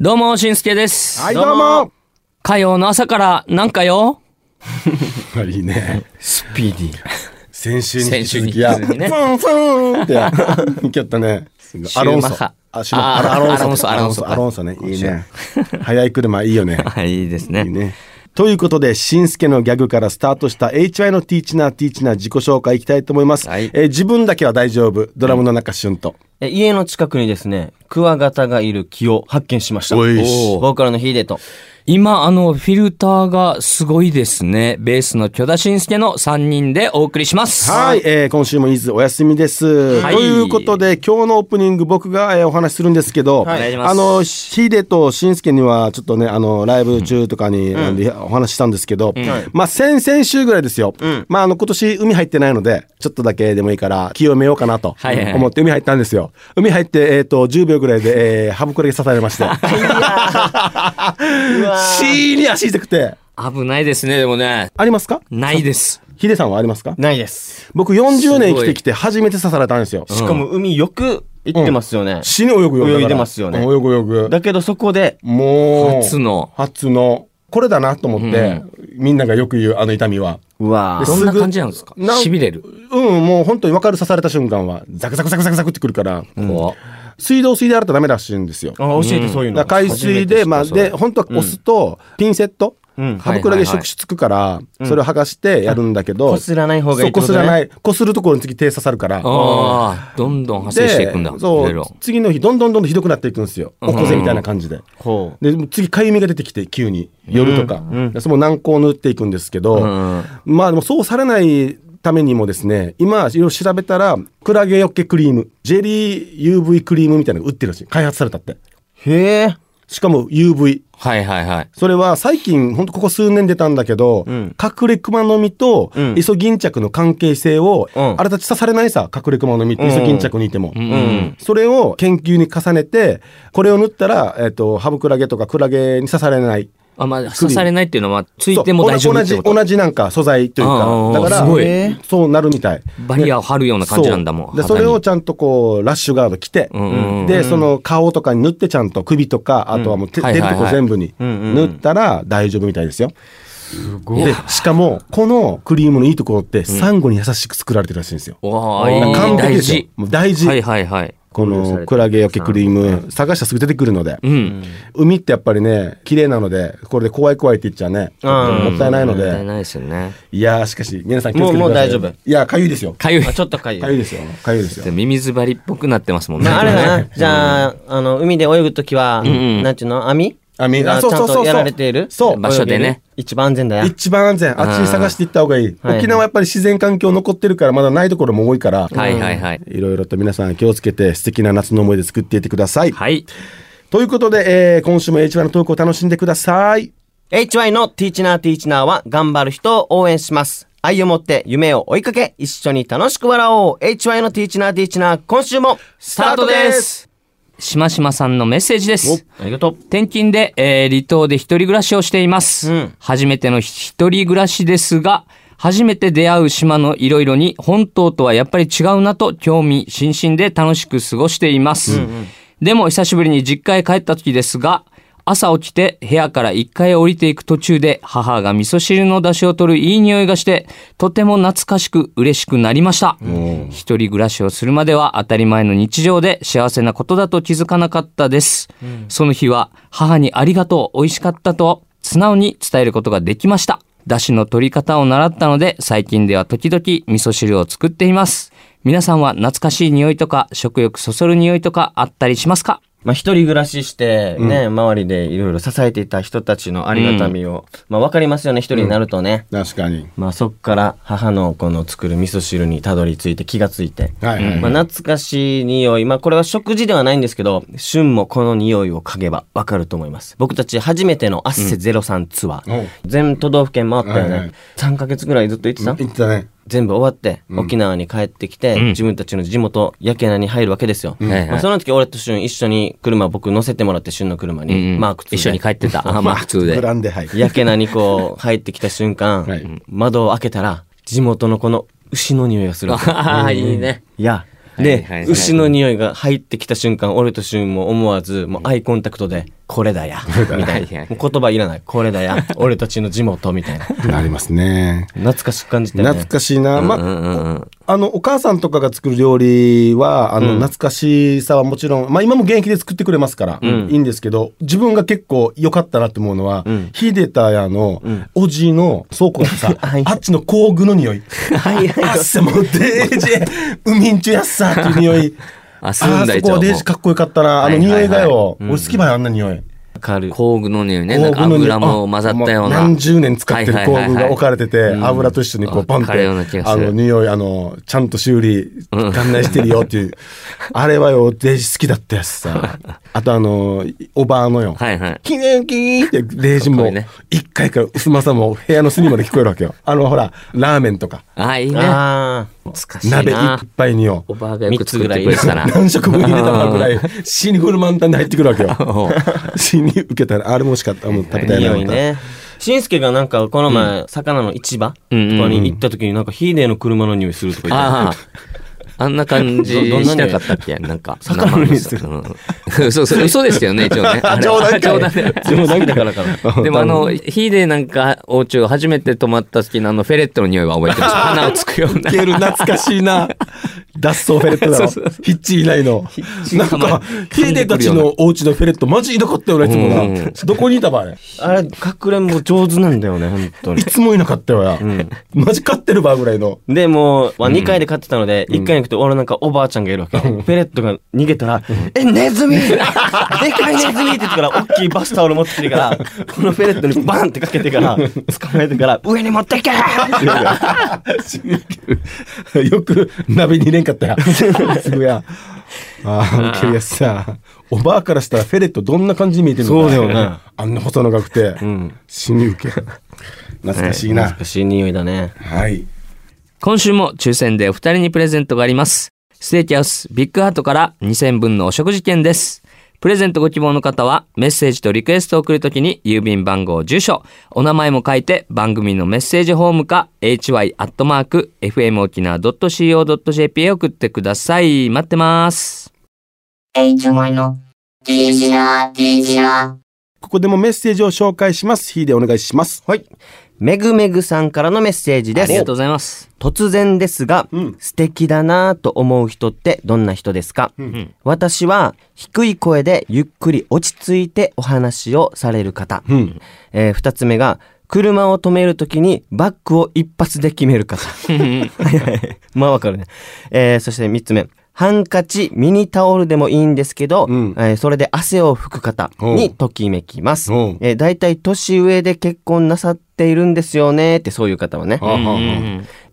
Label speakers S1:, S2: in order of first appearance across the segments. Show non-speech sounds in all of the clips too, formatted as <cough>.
S1: どうも、しんすけです。
S2: はい、どうも。
S1: 火曜の朝から、なんかよ。
S2: いいね。
S3: スピーディー。
S2: 先週に引
S1: 先
S2: き
S1: 週に
S2: 続
S1: 引
S2: き
S1: き
S2: や。
S1: 続
S2: フ
S1: きね
S2: ンフンってや。いけたね。すごい
S1: シュ
S2: アロ
S1: ー
S2: ン
S1: マッ
S2: ソ
S1: ハ。
S2: あ、シューマッ
S1: あ
S2: ハ
S1: ー
S2: アロンソ。
S1: ア
S2: ア
S1: ロ
S2: ロ
S1: ン
S2: ン
S1: ソ
S2: ソ。
S1: か
S2: アロンソね。いいね。速い車いいよね。
S1: はい、いいです
S2: いい
S1: ね。
S2: ね。ということで、しんすけのギャグからスタートした HY のティーチナーティーチナー自己紹介いきたいと思います。
S1: はい
S2: えー自分だけは大丈夫。ドラムの中旬と。
S3: え家の近くにですね、クワガタがいる木を発見しました。
S2: おいし
S3: おーボーカルのヒデと。
S1: 今、あの、フィルターがすごいですね。ベースの巨田しんすけの3人でお送りします。
S2: はい、えー今週もいずお休みです、
S1: はい
S2: ということで、今日のオープニング、僕が、えーお話しするんですけど、
S1: いお願いします
S2: あの、ヒデとシンスケには、ちょっとね、あの、ライブ中とかに、あのリハお話ししたんですけど、まあ、先々週ぐらいですよ。まあ、あの、今年海入ってないので、ちょっとだけでもいいから、気を埋めようかなと
S1: はいはい
S2: 思って海入ったんですよ。海入って、えっ、と、10秒ぐらいで、えー、ハブクラゲ刺されま
S1: <laughs>
S2: して。 <laughs> シーに足痛くて。
S1: 危ないですね、でもね。
S2: ありますか
S1: ない <laughs> です。
S2: ヒデさんはありますか
S3: ないです。
S2: 僕40年生きてきて初めて刺されたんですよ。
S3: しかも海よく行ってますよね。
S2: 死に泳ぐよ
S3: 泳いでますよね
S2: だから泳ぐ泳ぐ
S3: だけどそこで、
S2: もう
S1: 初の
S2: 初のこれだなと思って、みんながよく言うあの痛みは
S3: うわ
S1: ど
S3: ー
S1: んな感じなんですか
S2: なん
S1: 痺れる。
S2: うんもう本当に分かる刺された瞬間はザクザクザクザクザクってくるから、
S1: こ
S2: 水道水で洗ったらダメらしいんですよ
S3: あ教えてそういうの。
S2: だから海水でまあで本当は押すと、ピンセット
S3: ん
S2: 歯袋で触手つくから、それを剥がしてやるんだけど、
S3: こすらない方がいいって
S2: そうこと
S3: こ
S2: す
S3: ね
S2: らないこするところに次手刺さるから
S1: うああ、どんどん派生していくんだ。い
S2: そ
S1: ろいうろ。
S2: 次の日どんどんどんどんひどくなっていくんですよおこぜみたいな感じで、
S3: ほ
S2: でもう次かゆみが出てきて急に夜とか、でその軟膏を塗っていくんですけど、
S1: ん
S2: まあでもそうされないためにもですね今いろいろ調べたらクラゲよけクリームジェリー UV クリームみたいなのが売ってるらしい開発されたって
S3: う。へえ。
S2: しかも UV
S1: はいはいはい。
S2: それは最近ほんとここ数年出たんだけど、隠れ熊の実と
S3: ん
S2: イソギンチャクの関係性を、
S3: うん
S2: あれたち刺されないさ隠れ熊の実ってイソギンチャクにいても、
S1: うん。
S2: それを研究に重ねてこれを塗ったら、えっとハブクラゲとかクラゲに刺されない
S1: あ、まあ、刺されないっていうのは、ついても
S2: そう
S1: 大丈夫ってこと
S2: 同じ同じなんか素材という
S1: ああああ
S2: かだから
S1: すごい
S2: えーそうなるみたい
S1: バリアを張るような感じなんだも
S2: そ
S1: ん。
S2: うでそれをちゃんとこうラッシュガード着て、
S1: うんうんうん
S2: でその顔とかに塗ってちゃんと首とかあとはもう手、
S1: はい
S2: 出
S1: は
S2: る
S1: い
S2: と
S1: はい
S2: こ全部に塗ったら大丈夫みたいですよ。でしかもこのクリームのいいところってサンゴに優しく作られてるらしいんですよ。
S1: わあ、いい
S2: だから完璧
S1: 大
S2: ですよ
S1: 事。
S2: もう大事、
S1: はいはいはい。
S2: このクラゲよけクリーム探したらすぐ出てくるので、
S1: うん。
S2: 海ってやっぱりね綺麗なのでこれで怖い怖いって言っちゃね、
S3: うん
S2: もったいないので、
S1: もったいないですよね。
S2: いやーしかし皆さん気をつけてください
S3: もうもう大丈夫
S2: いやーかゆいですよか
S1: かゆい。
S3: あちょっと <laughs> かゆい。
S2: ゆいですよかゆいですよ
S1: 耳ずばりっぽくなってますもんね。
S3: まあ、あれだな。
S1: ね
S3: じゃあ、あの、海で泳ぐときは、
S1: ん
S3: なんちゅうの網
S2: 網
S3: が
S2: あ
S3: ち
S2: そう
S3: ゃ
S2: そ
S3: ん
S2: うそうそ
S3: と
S2: う
S3: やられている
S2: そう
S1: 場所でね
S3: 泳げる一番安全だよ。
S2: 一番安全あっちに探していった方がいい
S3: はい
S2: 沖縄はやっぱり自然環境残ってるからまだないところも多いから、
S1: はいはいはい。
S2: いろいろと皆さん気をつけて素敵な夏の思い出作っていってください、
S1: はい。
S2: ということで、えー今週も HY のトークを楽しんでください
S3: HY のティーチナーティーチナーは頑張る人を応援します。愛を持って夢を追いかけ、一緒に楽しく笑おう。HY のティーチナーティーチナー、今週もス
S1: スタートですしましまさんのメッセージです。
S3: ありがとう。
S1: 転勤で、えー離島で一人暮らしをしています。
S3: うん
S1: 初めての一人暮らしですが、初めて出会う島のいろいろに本島とはやっぱり違うなと興味津々で楽しく過ごしています。でも久しぶりに実家へ帰った時ですが、朝起きて部屋から1階へ降りていく途中で母が味噌汁の出汁を取るいい匂いがして、とても懐かしく嬉しくなりました。一人暮らしをするまでは当たり前の日常で幸せなことだと気づかなかったです。その日は母にありがとう、美味しかったと素直に伝えることができました。だしの取り方を習ったので、最近では時々味噌汁を作っています。皆さんは懐かしい匂いとか、食欲そそる匂いとかあったりしますか
S3: まあ、一人暮らしして、ね、周りでいろいろ支えていた人たちのありがたみを、まあ、わかりますよね、一人になるとね。
S2: 確かに
S3: まあ、そっから母のこの作る味噌汁にたどり着いて気がついて。
S2: はいはい、
S3: まあ、懐かしい匂い。まあ、これは食事ではないんですけど、旬もこの匂いを嗅げばわかると思います。僕たち初めてのアッセ03ツアー。
S2: おう
S3: 全都道府県回ったよね。
S2: はいはい
S3: 3ヶ月ぐらいずっと行ってた、
S2: 言ってたね
S3: 全部終わって、沖縄に帰ってきて、自分たちの地元、やけなに入るわけですよ。
S1: はいはい
S3: まあ、その時、俺と旬一緒に車、僕乗せてもらって、旬の車に、
S1: うん
S3: マーク2で
S1: 一緒に帰ってた。あまあ普通
S2: グ
S1: で。
S2: ランデはい
S3: やけなにこう、入ってきた
S1: <laughs>
S3: 瞬間、
S2: はい
S1: <laughs>
S3: 窓を開けたら、地元のこの牛の匂いがするわけ。
S1: ああ、いいね。
S3: いや、で、
S1: はいはい
S3: 牛の匂いが入ってきた瞬間、俺と俊も思わず、もうアイコンタクトで、これだや、みた
S1: はい
S3: いな。
S1: はい
S3: もう言葉いらない、これだや、俺たちの地元、みたい
S1: <laughs>
S3: な。
S2: なりますね。
S3: 懐かしく感じたよね。
S2: 懐かしいな。ま
S1: うんうんうん。
S2: あの、お母さんとかが作る料理は、あの、懐かしさはもちろん、まあ今も現役で作ってくれますから、いいんですけど、自分が結構良かったなって思うのは、ヒデタヤの、おじの倉庫の
S1: <laughs>
S2: さ、
S3: はい
S2: あっちの工具の匂い。
S3: はい
S2: あっ
S3: はい。
S2: さ、もう、デージ、ウミンチュやっさっていう匂い。
S1: <laughs> あ住んだ
S2: あ
S1: り
S2: そ
S1: ち
S2: こ
S1: ゃ
S2: は
S1: う
S2: デージかっこよかったな。あ
S1: は
S2: の
S1: いはい
S2: 匂
S1: はい
S2: いがよ。俺好きばよ、あんな匂い。
S3: わかる。
S1: 工具の匂いね。なんか
S2: 工具の匂い
S1: 油も混ざったような。
S2: あも何十年使ってる工具が置かれてて、
S1: ん
S2: 油と一緒にこう、パンっ
S1: わかるような
S2: て
S1: 気、が
S2: あ
S1: する
S2: の、匂い、あの、ちゃんと修理、勘内してるよって
S1: <laughs>
S2: いう。あれはよ、デージ好きだったやつさ。あとあの、おばあのよ。
S1: はいはい。
S2: キネキーンって、デージ
S1: かっこい
S2: も
S1: いね、
S2: 一回から、薄まさも部屋の隅まで聞こえるわけよ。あの、ほら、ラーメンとか、
S1: あ、いいね。
S3: ああ。
S1: 懐かしい
S2: 鍋いっ
S1: な。
S2: ぱいによ。
S1: おばあがよく作ってくれてたな。
S2: 何食分入れたかぐらい、死にフル満タンで入ってくるわ
S1: <laughs>
S2: けよ。 <laughs> 死に受けたら、あれも美味しかった。もう食べたいな。
S3: 匂いね。しんすけがなんかこの前、魚の市場とかに行った時になんかヒーデーの車の匂いするとか言って
S1: ああ。あんな感じ
S3: どどんな
S1: しな
S3: 匂
S1: いかったっけなんか。
S3: 魚の匂いする
S1: る。そうそう、嘘ですけどね、一応ね。あれ
S2: 冗談かい
S1: 冗談
S3: <laughs>
S1: で。
S3: た。好きだからかな。
S1: でもあの、ヒーデなんか、お家を初めて泊まった時のあの、フェレットの匂いは覚えてます。鼻をつくよう
S2: い
S1: な。
S2: ける懐かしいな。脱走フェレットだろ。
S1: そうそう
S2: ヒッチ以来の。なん
S1: かま
S2: か、ヒーデたちのお家のフェレット、マジいなかったよな、いつも
S1: うんう
S2: な。
S1: ん
S2: どこにいたばあれ。
S3: <laughs> あれ、かくれんぼ上手なんだよね、本当
S2: い
S3: に。
S2: つもいなかったよや。マジ飼ってるばぐらいの。
S3: <laughs> で、もう、まあ、2回で飼ってたので、1回に行くと俺なんかおばあちゃんがいるわけ。フェレットが逃げたら、え、ネズミ <laughs> でかいネズミって言ってから、大きいバスタオル持ってきてから、このフェレットにバンってかけてから、捕まえてから、上に持ってけって言うから
S2: よく鍋に入れんかったや。すぐや。ああ、ウケるやつさ。おばあからしたらフェレットどんな感じに見えてるの
S3: そうだよね。
S2: あんな細長くて。死に受け。懐かしいな。
S3: 懐かしい匂いだね。
S2: はい。
S1: 今週も抽選でお二人にプレゼントがあります。ステーキハウスビッグハートから2000分のお食事券です。プレゼントご希望の方はメッセージとリクエストを送るときに郵便番号、住所、お名前も書いて番組のメッセージホームか hy.fmokina.co.jp へ送ってください。待ってます。
S4: HY のディジラーディジラー
S2: ここでもメッセージを紹介します。ヒーでお願いします。はい。
S3: めぐめぐさんからのメッセージ
S1: あ
S3: です
S1: りが。とうございます。
S3: 突然ですが、
S2: うん
S3: 素敵だなぁと思う人ってどんな人ですか、
S2: ん
S3: 私は低い声でゆっくり落ち着いてお話をされる方。
S2: うん。
S3: えー二つ目が、車を止めるときにバックを一発で決める
S2: <laughs>
S3: 方。はいはいまあわかるね。えーそして三つ目。ハンカチ、ミニタオルでもいいんですけど、
S2: うん
S3: えーそれで汗を拭く方にときめきます。
S2: おう
S3: えー、大体年上で結婚なさっているんですよねってそういう方はね。
S2: ああああ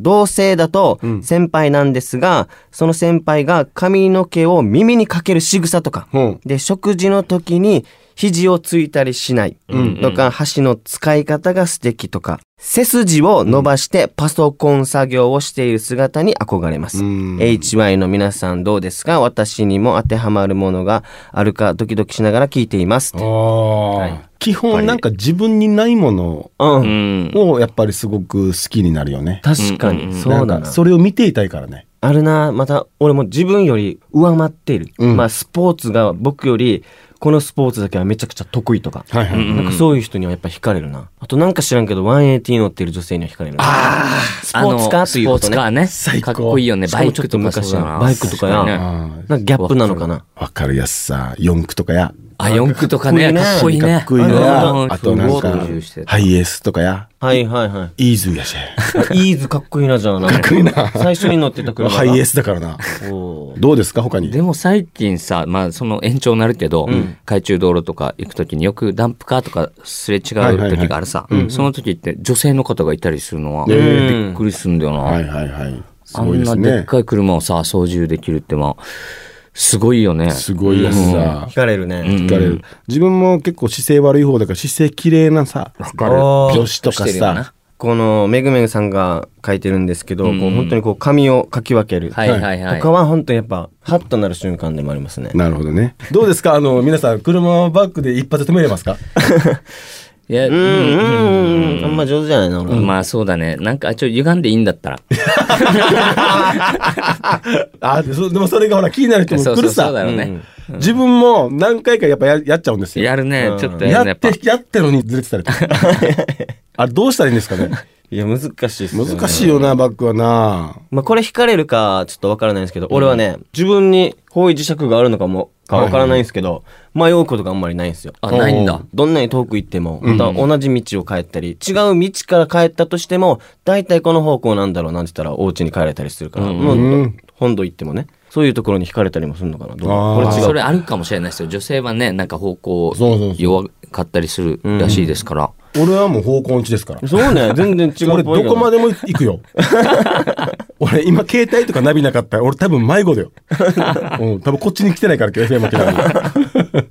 S3: 同性だと先輩なんですが、その先輩が髪の毛を耳にかける仕草とか、
S2: うん
S3: で食事の時に肘をついたりしないとか、箸の使い方が素敵とか背筋を伸ばしてパソコン作業をしている姿に憧れます、
S2: うん
S3: HY の皆さんどうですか私にも当てはまるものがあるかドキドキしながら聞いています
S2: ああ、基本なんか自分にないもの
S3: う
S1: うんん。
S2: をやっぱりすごく好きになるよね。
S3: 確かに、
S1: うんうんうん
S3: そうだ
S2: んか
S3: な
S2: それを見ていたいからね。
S3: あるなまた俺も自分より上回っている、
S2: うん
S3: まあスポーツが僕よりこのスポーツだけはめちゃくちゃ得意とか、
S2: はいはい。
S1: うん
S3: なんかそういう人にはやっぱ惹かれるなあとなんか知らんけど 1AT 乗ってる女性には惹かれるあスポ
S1: あの
S3: ーツカーというこ
S1: スポーツ
S3: と
S1: カー
S3: ね
S1: ね。
S2: 最
S1: か
S2: 高
S1: っこいいよね。
S3: し
S1: バ
S3: かも
S1: イ
S3: ちょ
S1: ク
S3: っと
S1: とか
S3: 昔
S1: そうだ
S3: は
S1: な。
S3: バイクと
S1: 確
S3: か
S1: に
S3: や
S1: ね
S2: あ
S3: なんかギャップなのかな
S2: あ、わかるやつさ、四駆とかや。
S1: あ、四駆とかね。
S3: か
S1: かっ
S3: っこ
S1: こ
S2: い
S1: い
S2: い
S1: い
S2: ね
S1: ね。
S2: かっこいいなあとなんか
S1: ゴールドしてた
S2: ハイエースとかや。
S3: はいはいはい
S2: イーズーやし。
S3: あイーズかっこいいなじゃんな
S2: かっこいいな。
S3: 最初に乗ってた車が
S2: ハイエースだからな。
S3: おー
S2: どうですか他に。
S1: でも最近さ、まあその延長になるけど、海中道路とか行くときによくダンプカーとかすれ違
S2: はいは
S1: う
S2: いはい
S1: 時があるさ、その時って女性の方がいたりするのは、
S2: ねえ
S1: びっくりするんだよな。
S2: はいはいはい。す
S1: あ
S2: ごい
S1: ん
S2: です
S1: なでっ
S2: ね。
S1: かい車をさ、操縦できるってまあ、すごいよね。
S2: すごいやつさ
S3: 惹。かれるね、
S2: 疲れる自分も結構姿勢悪い方だから姿勢綺麗なさ
S1: かる
S3: あー
S2: 女子と
S1: し
S2: か
S1: てるよな
S2: さ
S3: このめぐめぐさんが書いてるんですけど、こう本当にこう髪をかき分ける、
S1: はいはいはい
S3: とかは本当にやっぱハッとなる瞬間でもありますね。
S1: <laughs>
S2: なるほどねどうですかあの皆さん車をバックで一発で止めれますか
S1: いや、
S3: うんうんうんあんま上手じゃないな俺
S1: まあそうだね。なんか、ちょ、歪んでいいんだったら。
S2: あでそでもそれがほら気になる人も
S1: そう
S2: 来
S1: そう
S2: るさ
S1: そうだろうね。
S2: うん自分も何回かやっぱややっちゃうんですよ
S1: やるね
S3: う。ん
S1: ちょっとや
S2: や
S1: るね。や
S2: っ
S1: っぱ。
S2: てやってのにずれてた
S1: <laughs>
S2: りとかあれどうしたらいいんですかね
S3: いや難しいっすよね
S2: 難しいよなバックはな
S3: まあこれ惹かれるかちょっとわからないんですけど、俺はね、自分に方位磁石があるのかもかわからないんですけど、迷うことがあんまりないんですよ。
S1: あ、ないんだ。
S3: どんなに遠く行っても、また同じ道を帰ったり、違う道から帰ったとしても、大体この方向なんだろうなんて言ったらお家に帰れたりするから、もう本土行ってもね、そういうところに惹かれたりもするのかな。どう
S2: あー
S3: これ違う
S1: そ。れあるかもしれないですよ。女性はね、なんか方向
S2: そうそうそう
S1: 弱かったりするらしいですから。
S2: 俺はもう方向音痴ですから
S3: <laughs> そうね、全然違う。
S2: 俺どこま
S3: で
S2: でも行く
S3: <laughs>
S2: よ俺今携帯とかナビなかったら俺多分迷子だ
S3: <laughs>
S2: よ、うん、多分こっちに来てないから今日 FM ってなる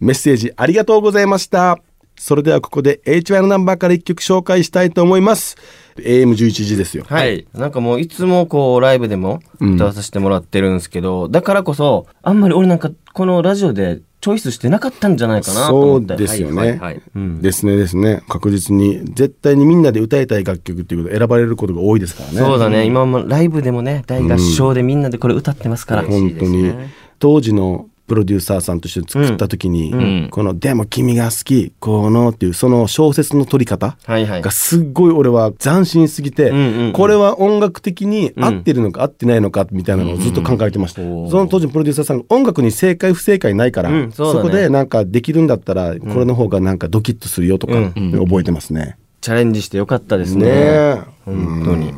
S2: メッセージありがとうございましたそれではここで HY のナンバーから一曲紹介したいと思います AM11 時ですよ
S3: はい。なんかもういつもこうライブでも歌わさせてもらってるんですけど、だからこそ、あんまり俺なんかこのラジオでチョイスしてなかったんじゃないかなと
S2: そ
S3: 思っ
S2: う
S3: て。
S2: ですよ
S1: はい
S2: ね
S1: はいはい。
S3: うん
S2: ですねですね。確実に、絶対にみんなで歌いたい楽曲っていうこと選ばれることが多いですからね。
S3: そうだね。今もライブでもね、大合唱でみんなでこれ歌ってますから。
S2: 本当に、当時のプロデューサーさんとして作った時に、
S1: ん
S2: この「でも君が好きこの」っていうその小説の取り方
S3: はいはい
S2: が。すっごい俺は斬新すぎて、
S3: うんうんうん
S2: これは音楽的に合ってるのか合ってないのかみたいなのをずっと考えてました、
S1: うん
S2: その当時のプロデューサーさんが音楽に正解不正解ないから、
S3: うんそうだね
S2: こでなんかできるんだったらこれの方がなんかドキッとするよとか
S3: うん
S2: 覚えてますね。
S3: チャレンジしてよかったです
S2: ね
S3: ね。
S2: え
S3: 本当に。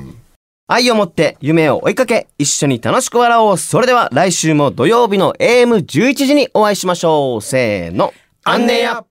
S3: 愛を持って夢を追いかけ、一緒に楽しく笑おう。それでは来週も土曜日の AM11 時にお会いしましょう。せーの。アンネや